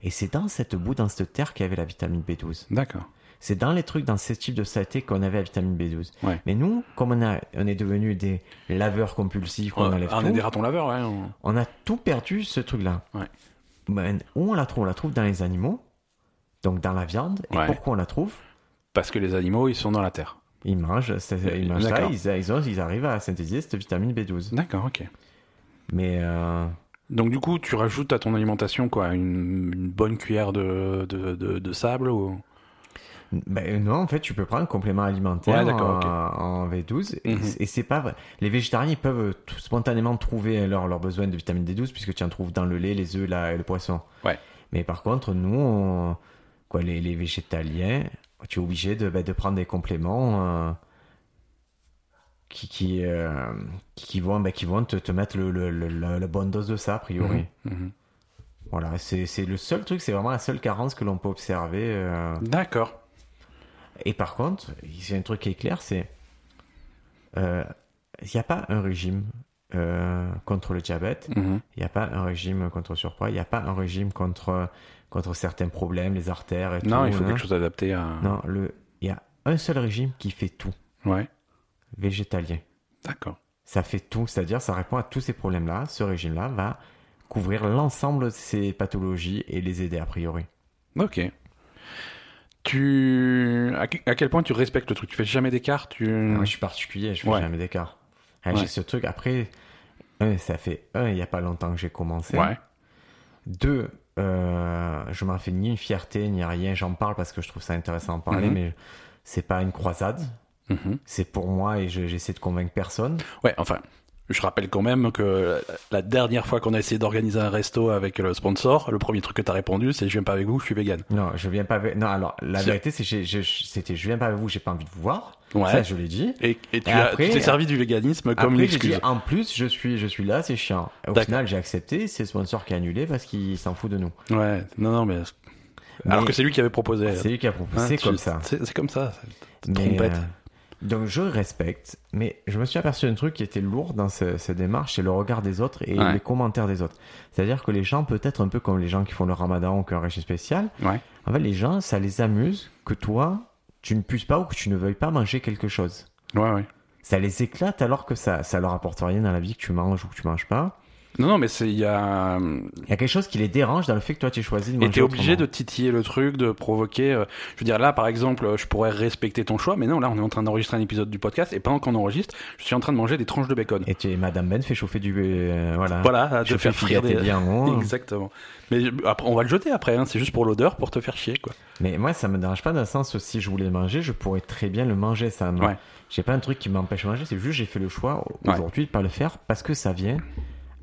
Et c'est dans cette boue, dans cette terre qu'il y avait la vitamine B12.
d'accord.
C'est dans les trucs, dans ces types de saleté qu'on avait la vitamine B12.
Ouais.
Mais nous, comme on, a, on est devenus des laveurs compulsifs, qu'on
On,
enlève
on
tout,
est des ratons laveurs, ouais. on-
On a tout perdu ce truc-là.
Ouais.
Ben, où on la trouve On la trouve dans les animaux, donc dans la viande. Et
Ouais.
pourquoi on la trouve
Parce que les animaux, ils sont dans la terre.
Ils mangent, c'est- ils mangent ça,
D'accord.
ils, ils ont- ils arrivent à synthétiser cette vitamine B12.
D'accord, ok.
Mais euh,
Donc du coup, tu rajoutes à ton alimentation quoi, une, une bonne cuillère de, de, de, de sable ou...
ben non, en fait, tu peux prendre un complément alimentaire
Ouais, d'accord,
en,
ok.
en B12. et-
Mhm.
Et c'est pas vrai. Les végétariens, ils peuvent tout- spontanément trouver leur, leur besoin de vitamine D12 puisque tu en trouves dans le lait, les œufs la- et le poisson.
Ouais.
Mais par contre, nous, on- quoi, les, les végétaliens, tu es obligé de, ben, de prendre des compléments euh, qui, qui, euh, qui, qui vont, ben, qui vont te, te mettre le, le- le- la- la bonne dose de ça, a priori.
Mhm.
Voilà, c'est c'est le seul truc, c'est vraiment la seule carence que l'on peut observer. euh,
D'accord.
et par contre, c'est un truc qui est clair, c'est il n'y a euh, pas un régime euh, contre le diabète.
Mhm.
Il n'y a pas un régime contre le surpoids. Il n'y a pas un régime contre, contre certains problèmes, les artères et tout.
Non, il faut
hein.
quelque chose adapté à.
Non, le, il y a un seul régime qui fait tout,
Ouais,
végétalien.
d'accord.
Ça fait tout, c'est-à-dire ça répond à tous ces problèmes-là. Ce régime-là va couvrir l'ensemble de ces pathologies et les aider a priori.
Ok. Tu. À que- à quel point tu respectes le truc Tu fais jamais d'écart tu...
Ah, Moi, je suis particulier, je fais
Mm. Ouais.
jamais d'écart. Ah,
Ouais.
J'ai ce truc. Après, un, ça fait un, il n'y a pas longtemps que j'ai commencé.
Ouais,
Deux, euh, je m'en fais ni une fierté ni rien. J'en parle parce que je trouve ça intéressant d'en parler,
Mhm.
mais c'est pas une croisade.
Mhm.
C'est pour moi et je- j'essaie de convaincre personne.
ouais. Enfin, je rappelle quand même que la dernière fois qu'on a essayé d'organiser un resto avec le sponsor, le premier truc que t'as répondu, c'est je viens pas avec vous, je suis vegan.
Non, je viens pas avec. Non, alors la
C'est-
vérité, c'est que j'ai- j'ai- c'était je viens pas avec vous, j'ai pas envie de vous voir.
Ouais.
Ça, je l'ai dit.
Et, et tu
Et
as-
après- euh,
tu t'es servi du véganisme comme une
Après, j'ai
excuse.
dit, en plus, je suis, je suis là, c'est chiant. Au
D'accord.
final, j'ai accepté, c'est le sponsor qui a annulé parce qu'il s'en fout de nous.
Ouais, non, non, mais.
ah. Mais-
Alors que c'est lui qui avait proposé.
C'est lui qui a
Hein,
proposé,
tu-
comme ça.
C'est c'est comme ça.
Mais,
trompette.
euh, donc je respecte, mais je me suis aperçu d'un truc qui était lourd dans ce- cette démarche, c'est le regard des autres et
Ouais.
les commentaires des autres. C'est-à-dire que les gens, peut-être un peu comme les gens qui font le ramadan ou qui ont un régime spécial,
Ouais.
en fait les gens, ça les amuse que toi, tu ne puisses pas ou que tu ne veuilles pas manger quelque chose.
Ouais, ouais.
Ça les éclate alors que ça ça leur apporte rien dans la vie que tu manges ou que tu manges pas.
Non, non, mais c'est. Il y a. hum,
Il y a quelque chose qui les dérange dans le fait que toi tu choisis de manger
Et t'es obligé de
autrement.
titiller le truc, de provoquer. euh, Je veux dire, là, par exemple, euh, je pourrais respecter ton choix, mais non, là, on est en train d'enregistrer un épisode du podcast, et pendant qu'on enregistre, je suis en train de manger des tranches de bacon.
Et tu es Madame Ben fait chauffer du euh, voilà.
Voilà, de
Chauffer
faire
du
frire
gâteau
des.
bien rond.
Exactement. Mais euh, après, on va le jeter après, hein, c'est juste pour l'odeur, pour te faire chier, quoi.
Mais moi, ça me dérange pas dans le sens où si je voulais manger, je pourrais très bien le manger, ça. non.
Ouais.
J'ai pas un truc qui m'empêche de manger, c'est juste j'ai fait le choix
Ouais.
aujourd'hui de pas le faire parce que ça vient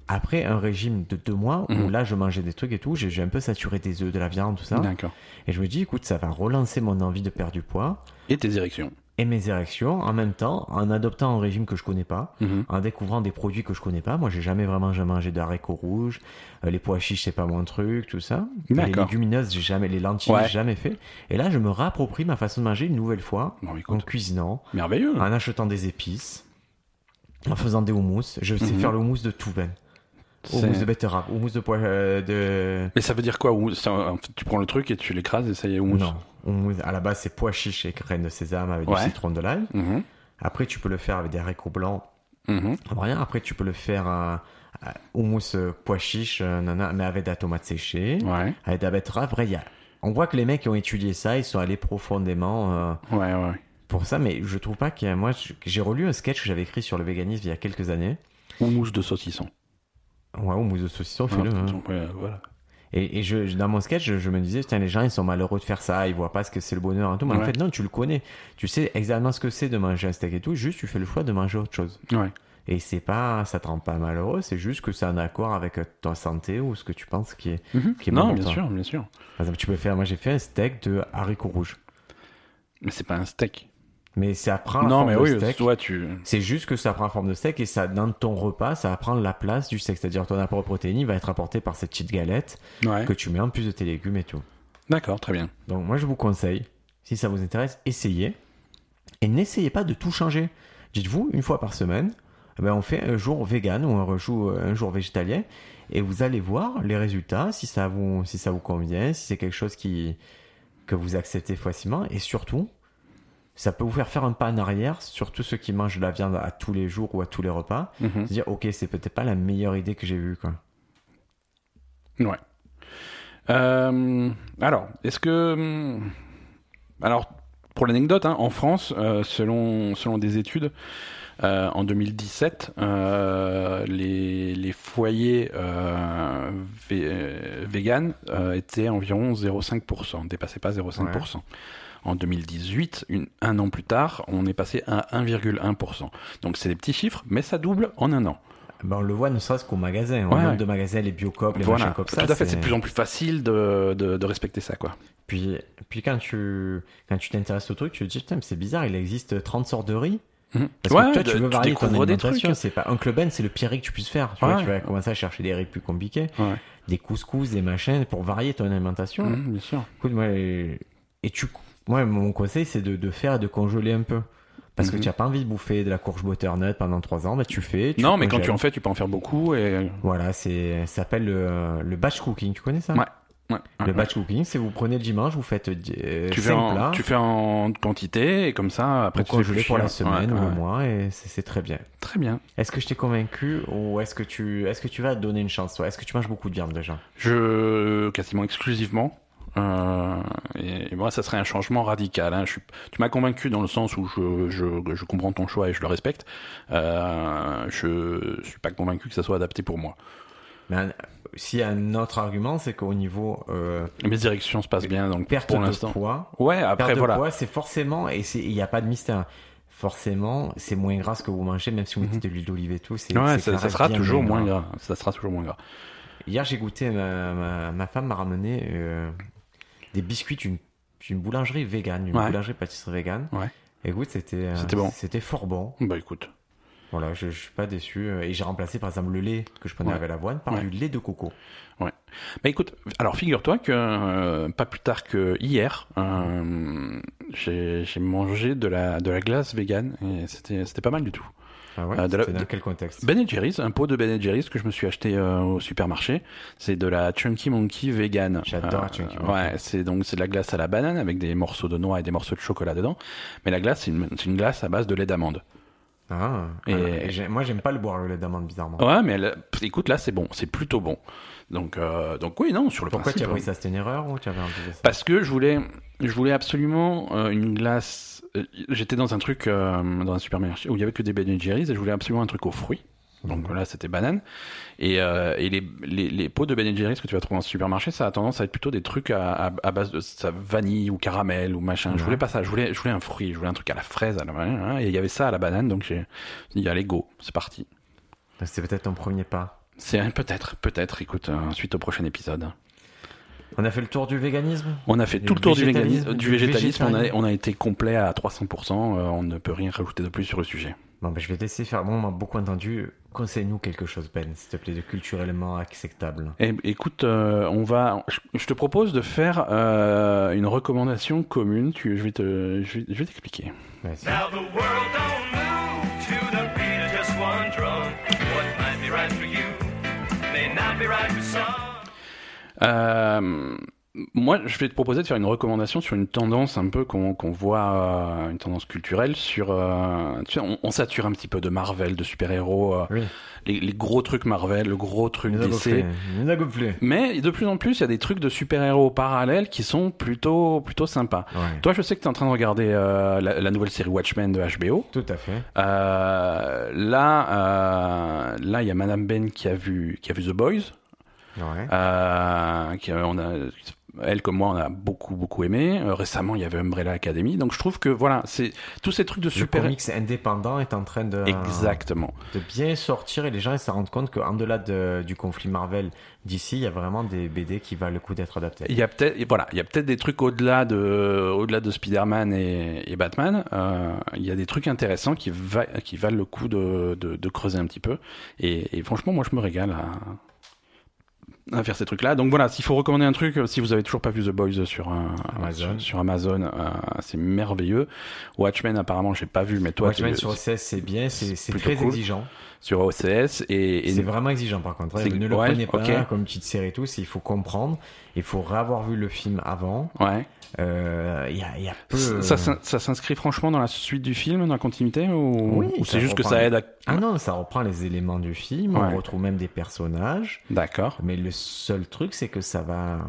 après un régime de deux mois où
Mhm.
là je mangeais des trucs et tout, j'ai j'ai un peu saturé des œufs, de la viande, tout ça.
D'accord.
Et je me dis, écoute, ça va relancer mon envie de perdre du poids
Et tes érections.
et mes érections en même temps en adoptant un régime que je connais pas.
Mhm.
En découvrant des produits que je connais pas, moi j'ai jamais vraiment jamais mangé de haricots rouges, euh, les pois chiches c'est pas mon truc, tout ça. Les
D'accord.
légumineuses j'ai jamais, les lentilles
Ouais.
j'ai jamais fait. Et là je me réapproprie ma façon de manger une nouvelle fois,
Bon,
en
écoute,
cuisinant,
merveilleux.
en achetant des épices, en faisant des houmous. Je sais
Mhm.
faire le houmous de tout ben.
C'est-
Houmous de betterave, houmous de pois euh, de
Mais ça veut dire quoi houmous Ça, en fait, Tu prends le truc et tu l'écrases et ça y est, houmous.
non. Houmous, à la base c'est pois chiches et graines de sésame avec
Ouais.
du citron de l'ail.
Mhm,
Après tu peux le faire avec des haricots blancs
mhm.
Rien, après tu peux le faire euh, euh, houmous euh, pois chiche, euh, nana, mais avec de la tomate séchée,
Ouais,
avec de la betterave. Après, il y a- on voit que les mecs qui ont étudié ça, ils sont allés profondément euh,
ouais, ouais.
pour ça, mais je trouve pas qu'il y a. Moi, je- j'ai relu un sketch que j'avais écrit sur le véganisme il y a quelques années.
Houmous de saucisson.
Ouais, houmous de saucisson,
Ah,
fais-le. hein.
ouais, voilà.
Et, et je, je- dans mon sketch, je, je me disais, putain, les gens, ils sont malheureux de faire ça, ils voient pas ce que c'est le bonheur et tout. Mais en
Ouais.
fait, non, tu le connais. Tu sais exactement ce que c'est de manger un steak et tout, juste tu fais le choix de manger autre chose.
Ouais.
Et c'est pas, ça te rend pas malheureux, c'est juste que c'est en accord avec euh, ta santé ou ce que tu penses qui est.
Mhm.
Qui est bon
non,
pour
bien
toi.
sûr, bien sûr.
Par exemple, tu peux faire, moi j'ai fait un steak de haricots rouges.
Mais c'est pas un steak.
Mais ça prend
non,
la forme
mais
Ah, de
oui,
steak.
toi, tu.
C'est juste que ça prend la forme de steak et ça, dans ton repas, ça va prendre la place du steak. C'est-à-dire ton apport en protéines il va être apporté par cette petite galette
Ouais.
que tu mets en plus de tes légumes et tout.
D'accord, très bien.
Donc moi je vous conseille, si ça vous intéresse, essayez. Et n'essayez pas de tout changer. Dites-vous, une fois par semaine, eh ben, on fait un jour vegan ou un, rejou- un jour végétalien. Et vous allez voir les résultats, si ça vous, si ça vous convient, si c'est quelque chose qui, que vous acceptez facilement. Et surtout, ça peut vous faire faire un pas en arrière sur tous ceux qui mangent de la viande à tous les jours ou à tous les repas.
Mhm.
Se dire, ok, c'est peut-être pas la meilleure idée que j'ai vue. Quoi.
Ouais. Euh, alors, est-ce que. hum, Alors, pour l'anecdote, hein, en France, euh, selon, selon des études, euh, en 2017, euh, les, les foyers euh, vé- euh, vegan euh, étaient environ 0,5%, dépassaient pas 0,5%. En 2018, une- un an plus tard, on est passé à 1,1%. Donc c'est des petits chiffres, mais ça double en un an.
Ben, on le voit ne serait-ce qu'au magasin. Au
Ouais,
nombre
ouais.
de magasins, les biocopes, les
Voilà,
machins comme
tout
ça.
à fait, c'est de plus en plus facile de, de, de respecter ça, quoi.
Puis, puis quand tu quand tu t'intéresses au truc, tu te dis putain, mais c'est bizarre, il existe 30 sortes de riz.
Mhm.
Parce
Ouais,
que toi,
de-
tu veux varier ton
découvres des
alimentation,
trucs.
C'est pas Uncle Ben, c'est le pire riz que tu puisses faire. Tu, vois,
Ouais.
tu vas commencer à chercher des riz plus compliqués,
Ouais.
des couscous, des machins pour varier ton alimentation.
Mhm, bien sûr.
Écoute, moi, et et tu, moi, mon conseil, c'est de, de faire et de congeler un peu. Parce que
Mhm.
tu n'as pas envie de bouffer de la courge butternut pendant 3 ans, bah tu fais. tu
non, mais quand
congèles.
tu en fais, tu peux en faire beaucoup. Et...
Voilà, c'est, ça s'appelle le, le batch cooking, tu connais ça
Ouais, Ouais, ouais,
Le
ouais.
batch cooking, c'est vous prenez le dimanche, vous faites euh,
tu,
cinq
fais en,
plats,
tu fais en quantité et comme ça, après
vous
tu fais
congelez pour la
hein
semaine ou le
mois.
mois, et c'est, c'est très bien.
Très bien.
Est-ce que je t'ai convaincu ou est-ce que tu, est-ce que tu vas te donner une chance toi Est-ce que tu manges beaucoup de viande déjà
Je quasiment exclusivement. Euh, et, et moi, ça serait un changement radical. hein. Je suis- tu m'as convaincu dans le sens où je, je- je comprends ton choix et je le respecte. Euh, je suis pas convaincu que ça soit adapté pour moi.
Mais un- si un autre argument, c'est qu'au niveau euh,
Mes directions se passent bien, donc
perte
pour
de
l'instant.
poids,
Ouais,
perte
après
de
voilà.
poids, c'est forcément et c'est- il n'y a pas de mystère. Forcément, c'est moins gras ce que vous mangez, même si vous
Mhm.
mettez de l'huile d'olive et tout. C'est,
Ouais,
c'est
ça,
quand
ça
même
sera
bien
toujours moins gras. Ça sera toujours moins gras.
Hier, j'ai goûté, ma, ma, ma femme m'a ramené euh, des biscuits d'une d'une boulangerie végane, d'une
Ouais.
boulangerie pâtisserie végane.
Ouais.
Écoute, c'était euh,
C'était bon.
C'était fort bon.
Bah écoute,
Voilà, je, je suis pas déçu. Et j'ai remplacé par exemple le lait que je prenais
Ouais.
avec l'avoine par
Ouais.
du lait de coco.
Bah écoute, alors figure-toi que euh, pas plus tard que hier, euh, j'ai j'ai mangé de la, de la glace vegan et c'était c'était pas mal du tout.
Ah ouais,
Ah, de la-
c'était dans
de-
quel contexte
Ben Jerry's, un pot de Ben Jerry's que je me suis acheté euh, au supermarché, c'est de la Chunky Monkey vegan. Euh,
J'adore la Chunky Monkey.
Ouais, c'est donc c'est de la glace à la banane avec des morceaux de noix et des morceaux de chocolat dedans, mais la glace c'est une, c'est une glace à base de lait d'amande.
Ah,
Et-
ah, et j'ai- moi, j'aime pas le boire le lait d'amande bizarrement.
Ouais, mais elle- pff, écoute là c'est bon, c'est plutôt bon. Donc euh, donc oui non sur le
Pourquoi tu
principe,
as pris ça C'était une erreur ou tu avais envie de ça
Parce que je voulais, je voulais absolument euh, une glace. euh, J'étais dans un truc, euh, dans un supermarché où il y avait que des Ben Jerry's et je voulais absolument un truc aux fruits. Donc là, c'était banane. Et, euh, et les, les, les pots de Ben Jerry's que tu vas trouver en supermarché, ça a tendance à être plutôt des trucs à, à, à base de sa vanille ou caramel ou machin. Je
Ouais.
voulais pas ça. Je voulais, je voulais un fruit. Je voulais un truc à la fraise. À la, hein, et il y avait ça à la banane. Donc j'ai dit, allez, go, c'est parti.
C'est peut-être ton premier pas.
C'est un peut-être, peut-être. Écoute, euh, suite au prochain épisode.
On a fait le tour du véganisme
On a fait
Du
tout le tour du
végétalisme,
végétalisme, du
du
végétalisme, on, a,
végétarien.
on a été complet à 300%, euh, on ne peut rien rajouter de plus sur le sujet.
Bon, ben, je vais te laisser faire. Bon, on m'a beaucoup entendu. Conseille-nous quelque chose, Ben, s'il te plaît, de culturellement acceptable.
Eh, écoute, euh, on va, je, je te propose de faire euh, une recommandation commune, tu, je vais te- je vais- je vais t'expliquer.
Vas-y.
Ah,
Now the world don't move to the beat of just one drum. What might be right for you may not be right for some.
Euh, moi, je vais te proposer de faire une recommandation sur une tendance un peu qu'on qu'on voit, euh, une tendance culturelle sur. euh, tu sais, on, on sature un petit peu de Marvel, de super-héros, euh,
Oui.
les, les gros trucs Marvel, le gros truc
Nous a gonflé.
DC.
Nous a gonflé.
Mais de plus en plus, il y a des trucs de super-héros parallèles qui sont plutôt, plutôt sympas.
Ouais.
Toi, je sais que tu es en train de regarder euh, la, la nouvelle série Watchmen de HBO.
Tout à fait.
Euh, là, euh, là, il y a Madame Ben qui a vu, qui a vu The Boys.
Ouais.
Ah, Euh, qui, euh, on a, elle comme moi, on a beaucoup, beaucoup aimé. Euh, récemment, il y avait Umbrella Academy. Donc, je trouve que voilà, c'est tous ces trucs de
le euh,
super.
comics indépendant est en train de,
Exactement.
de bien sortir et les gens ils se rendent compte qu'en delà de- du conflit Marvel d'ici, il y a vraiment des BD qui valent le coup d'être adaptés.
Bah, Il y a peut-être, voilà, il y a peut-être des trucs au-delà de, au-delà de Spider-Man et, et Batman. Euh, il y a des trucs intéressants qui, va, qui valent le coup de, de, de creuser un petit peu. Et, et franchement, moi, je me régale à, à faire ces trucs-là. Donc voilà, s'il faut recommander un truc, euh, si vous avez toujours pas vu The Boys sur euh,
Amazon.
sur, sur Amazon, euh, c'est merveilleux. Watchmen, apparemment, j'ai pas vu, mais toi,
Watchmen
t'es-
sur OCS, c'est bien, c'est c'est
plutôt
très
cool.
exigeant.
sur OCS et, et
C'est vraiment exigeant par contre. hein.
C'est-
Ne le
ouais,
prenez pas
ok.
comme petite série et tout, c'est- il faut comprendre, il faut avoir vu le film avant.
ouais.
Euh, Il y, a, il y a peu.
Ça, ça, s'in- ça s'inscrit franchement dans la suite du film, dans la continuité, ou,
Oui,
ou
ça
c'est juste que
reprend
ça
les-
aide à
Ah non, ça reprend les éléments du film,
Ouais.
on retrouve même des personnages.
D'accord.
Mais le seul truc, c'est que ça va,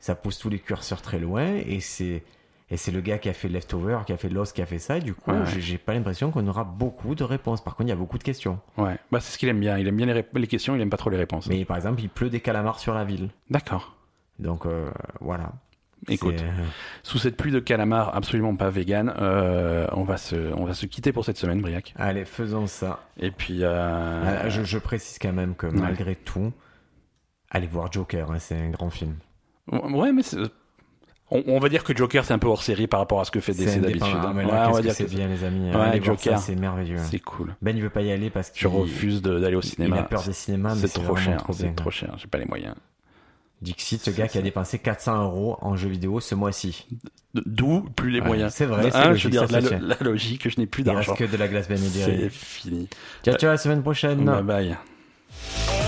ça pousse tous les curseurs très loin et c'est, et c'est le gars qui a fait Leftover, qui a fait Lost, qui a fait ça. Et du coup,
Ouais, ouais.
j'ai- j'ai pas l'impression qu'on aura beaucoup de réponses. Par contre, il y a beaucoup de questions.
Ouais, bah c'est ce qu'il aime bien. Il aime bien les, rép- les questions, il aime pas trop les réponses.
Mais par exemple, il pleut des calamars sur la ville.
D'accord.
Donc euh, voilà.
Écoute,
C'est, euh,
sous cette pluie de calamars absolument pas vegan, euh, on va se, on va se quitter pour cette semaine, Briac.
allez, faisons ça.
Et puis, euh,
Ah, Je, je précise quand même que
Ouais.
malgré tout, allez voir Joker, hein, c'est un grand film.
ouais, mais c'est- on, on va dire que Joker c'est un peu hors série par rapport à ce que fait DC d'habitude. hein.
indépendant. Ah, mais
Ouais,
là,
on va
qu'est-ce que
dire
c'est
que
bien, les amis.
Ouais,
allez voir
Joker.
ça, c'est merveilleux.
c'est cool.
Ben, il veut pas y aller parce
Je
qu'il
refuse de- d'aller au
Il a
cinéma.
peur des cinémas, mais
C'est trop
vraiment
cher,
Trop
c'est
bien.
trop cher. J'ai pas les moyens.
Dixit, ce gars
C'est
qui a
ça.
dépensé 400 euros en jeux vidéo ce mois-ci.
D- D'où plus les
Ouais,
moyens.
c'est vrai,
De
c'est
un,
logique,
je veux dire, la,
ça se tient.
la logique, je n'ai plus
Il reste
d'argent.
que de la glace Ben et
C'est
Jerry.
fini. Bah,
Ciao, ciao, à la semaine prochaine.
Bye bye.
Oh,